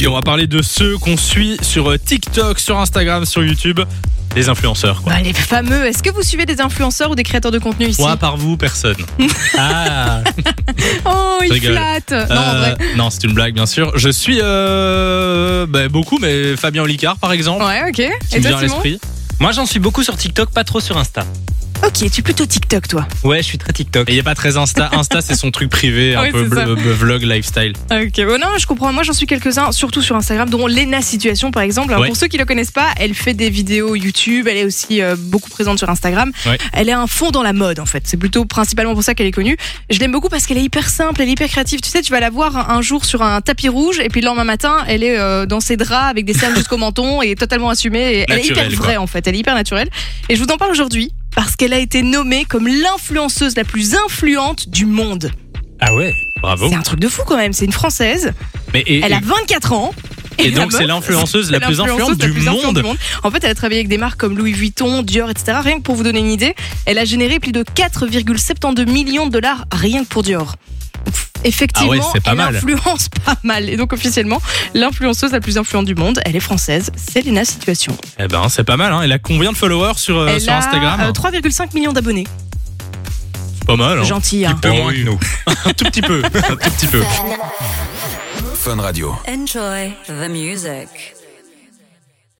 Et on va parler de ceux qu'on suit sur euh, TikTok, sur Instagram, sur YouTube. Les influenceurs, quoi. Bah, les fameux. Est-ce que vous suivez des influenceurs ou des créateurs de contenu ici Moi, par vous, personne. ah Oh, je il rigole. flatte. Non, en Euh, vrai. Non, c'est une blague, bien sûr. Je suis euh, bah, beaucoup, mais Fabien Olicard, par exemple, Ouais, ok. qui Et me vient toi, à Simon l'esprit. Moi, j'en suis beaucoup sur TikTok, pas trop sur Insta. Ok, tu es plutôt TikTok, toi. Ouais, je suis très TikTok. Et il n'est pas très Insta. Insta, c'est son truc privé, un Oui, peu c'est ça. bl- euh, vlog, lifestyle. Ok, bon, non, je comprends. Moi, j'en suis quelques-uns, surtout sur Instagram, dont Lena Situation, par exemple. Alors, Ouais. Pour ceux qui ne la connaissent pas, elle fait des vidéos YouTube, elle est aussi euh, beaucoup présente sur Instagram. Ouais. Elle est un fond dans la mode, en fait. C'est plutôt principalement pour ça qu'elle est connue. Je l'aime beaucoup parce qu'elle est hyper simple, elle est hyper créative. Tu sais, tu vas la voir un jour sur un tapis rouge, et puis le lendemain matin, elle est euh, dans ses draps avec des cernes jusqu'au menton et totalement assumée. Et elle est hyper Naturelle, quoi. vraie, en fait. Elle est hyper naturelle. Et je vous en parle aujourd'hui parce qu'elle a été nommée comme l'influenceuse la plus influente du monde. Ah ouais Bravo. C'est un truc de fou quand même, c'est une française. Mais, et, Elle et- a 24 ans. et la donc, c'est meuf, l'influenceuse c'est la plus l'influenceuse influente la du plus influente monde. En fait, elle a travaillé avec des marques comme Louis Vuitton, Dior, etc. Rien que pour vous donner une idée, elle a généré plus de 4,72 millions de dollars rien que pour Dior. Pff, Effectivement, Ah ouais, c'est pas elle mal. influence pas mal. Et donc officiellement, l'influenceuse la plus influente du monde, elle est française, c'est Lena Situation. Eh ben, c'est pas mal, hein. Elle a combien de followers sur, euh, elle sur a Instagram euh, 3,5 millions d'abonnés. C'est Pas mal, hein. Gentil, hein. peu moins que nous. un tout petit peu, un tout petit peu. Enjoy the music.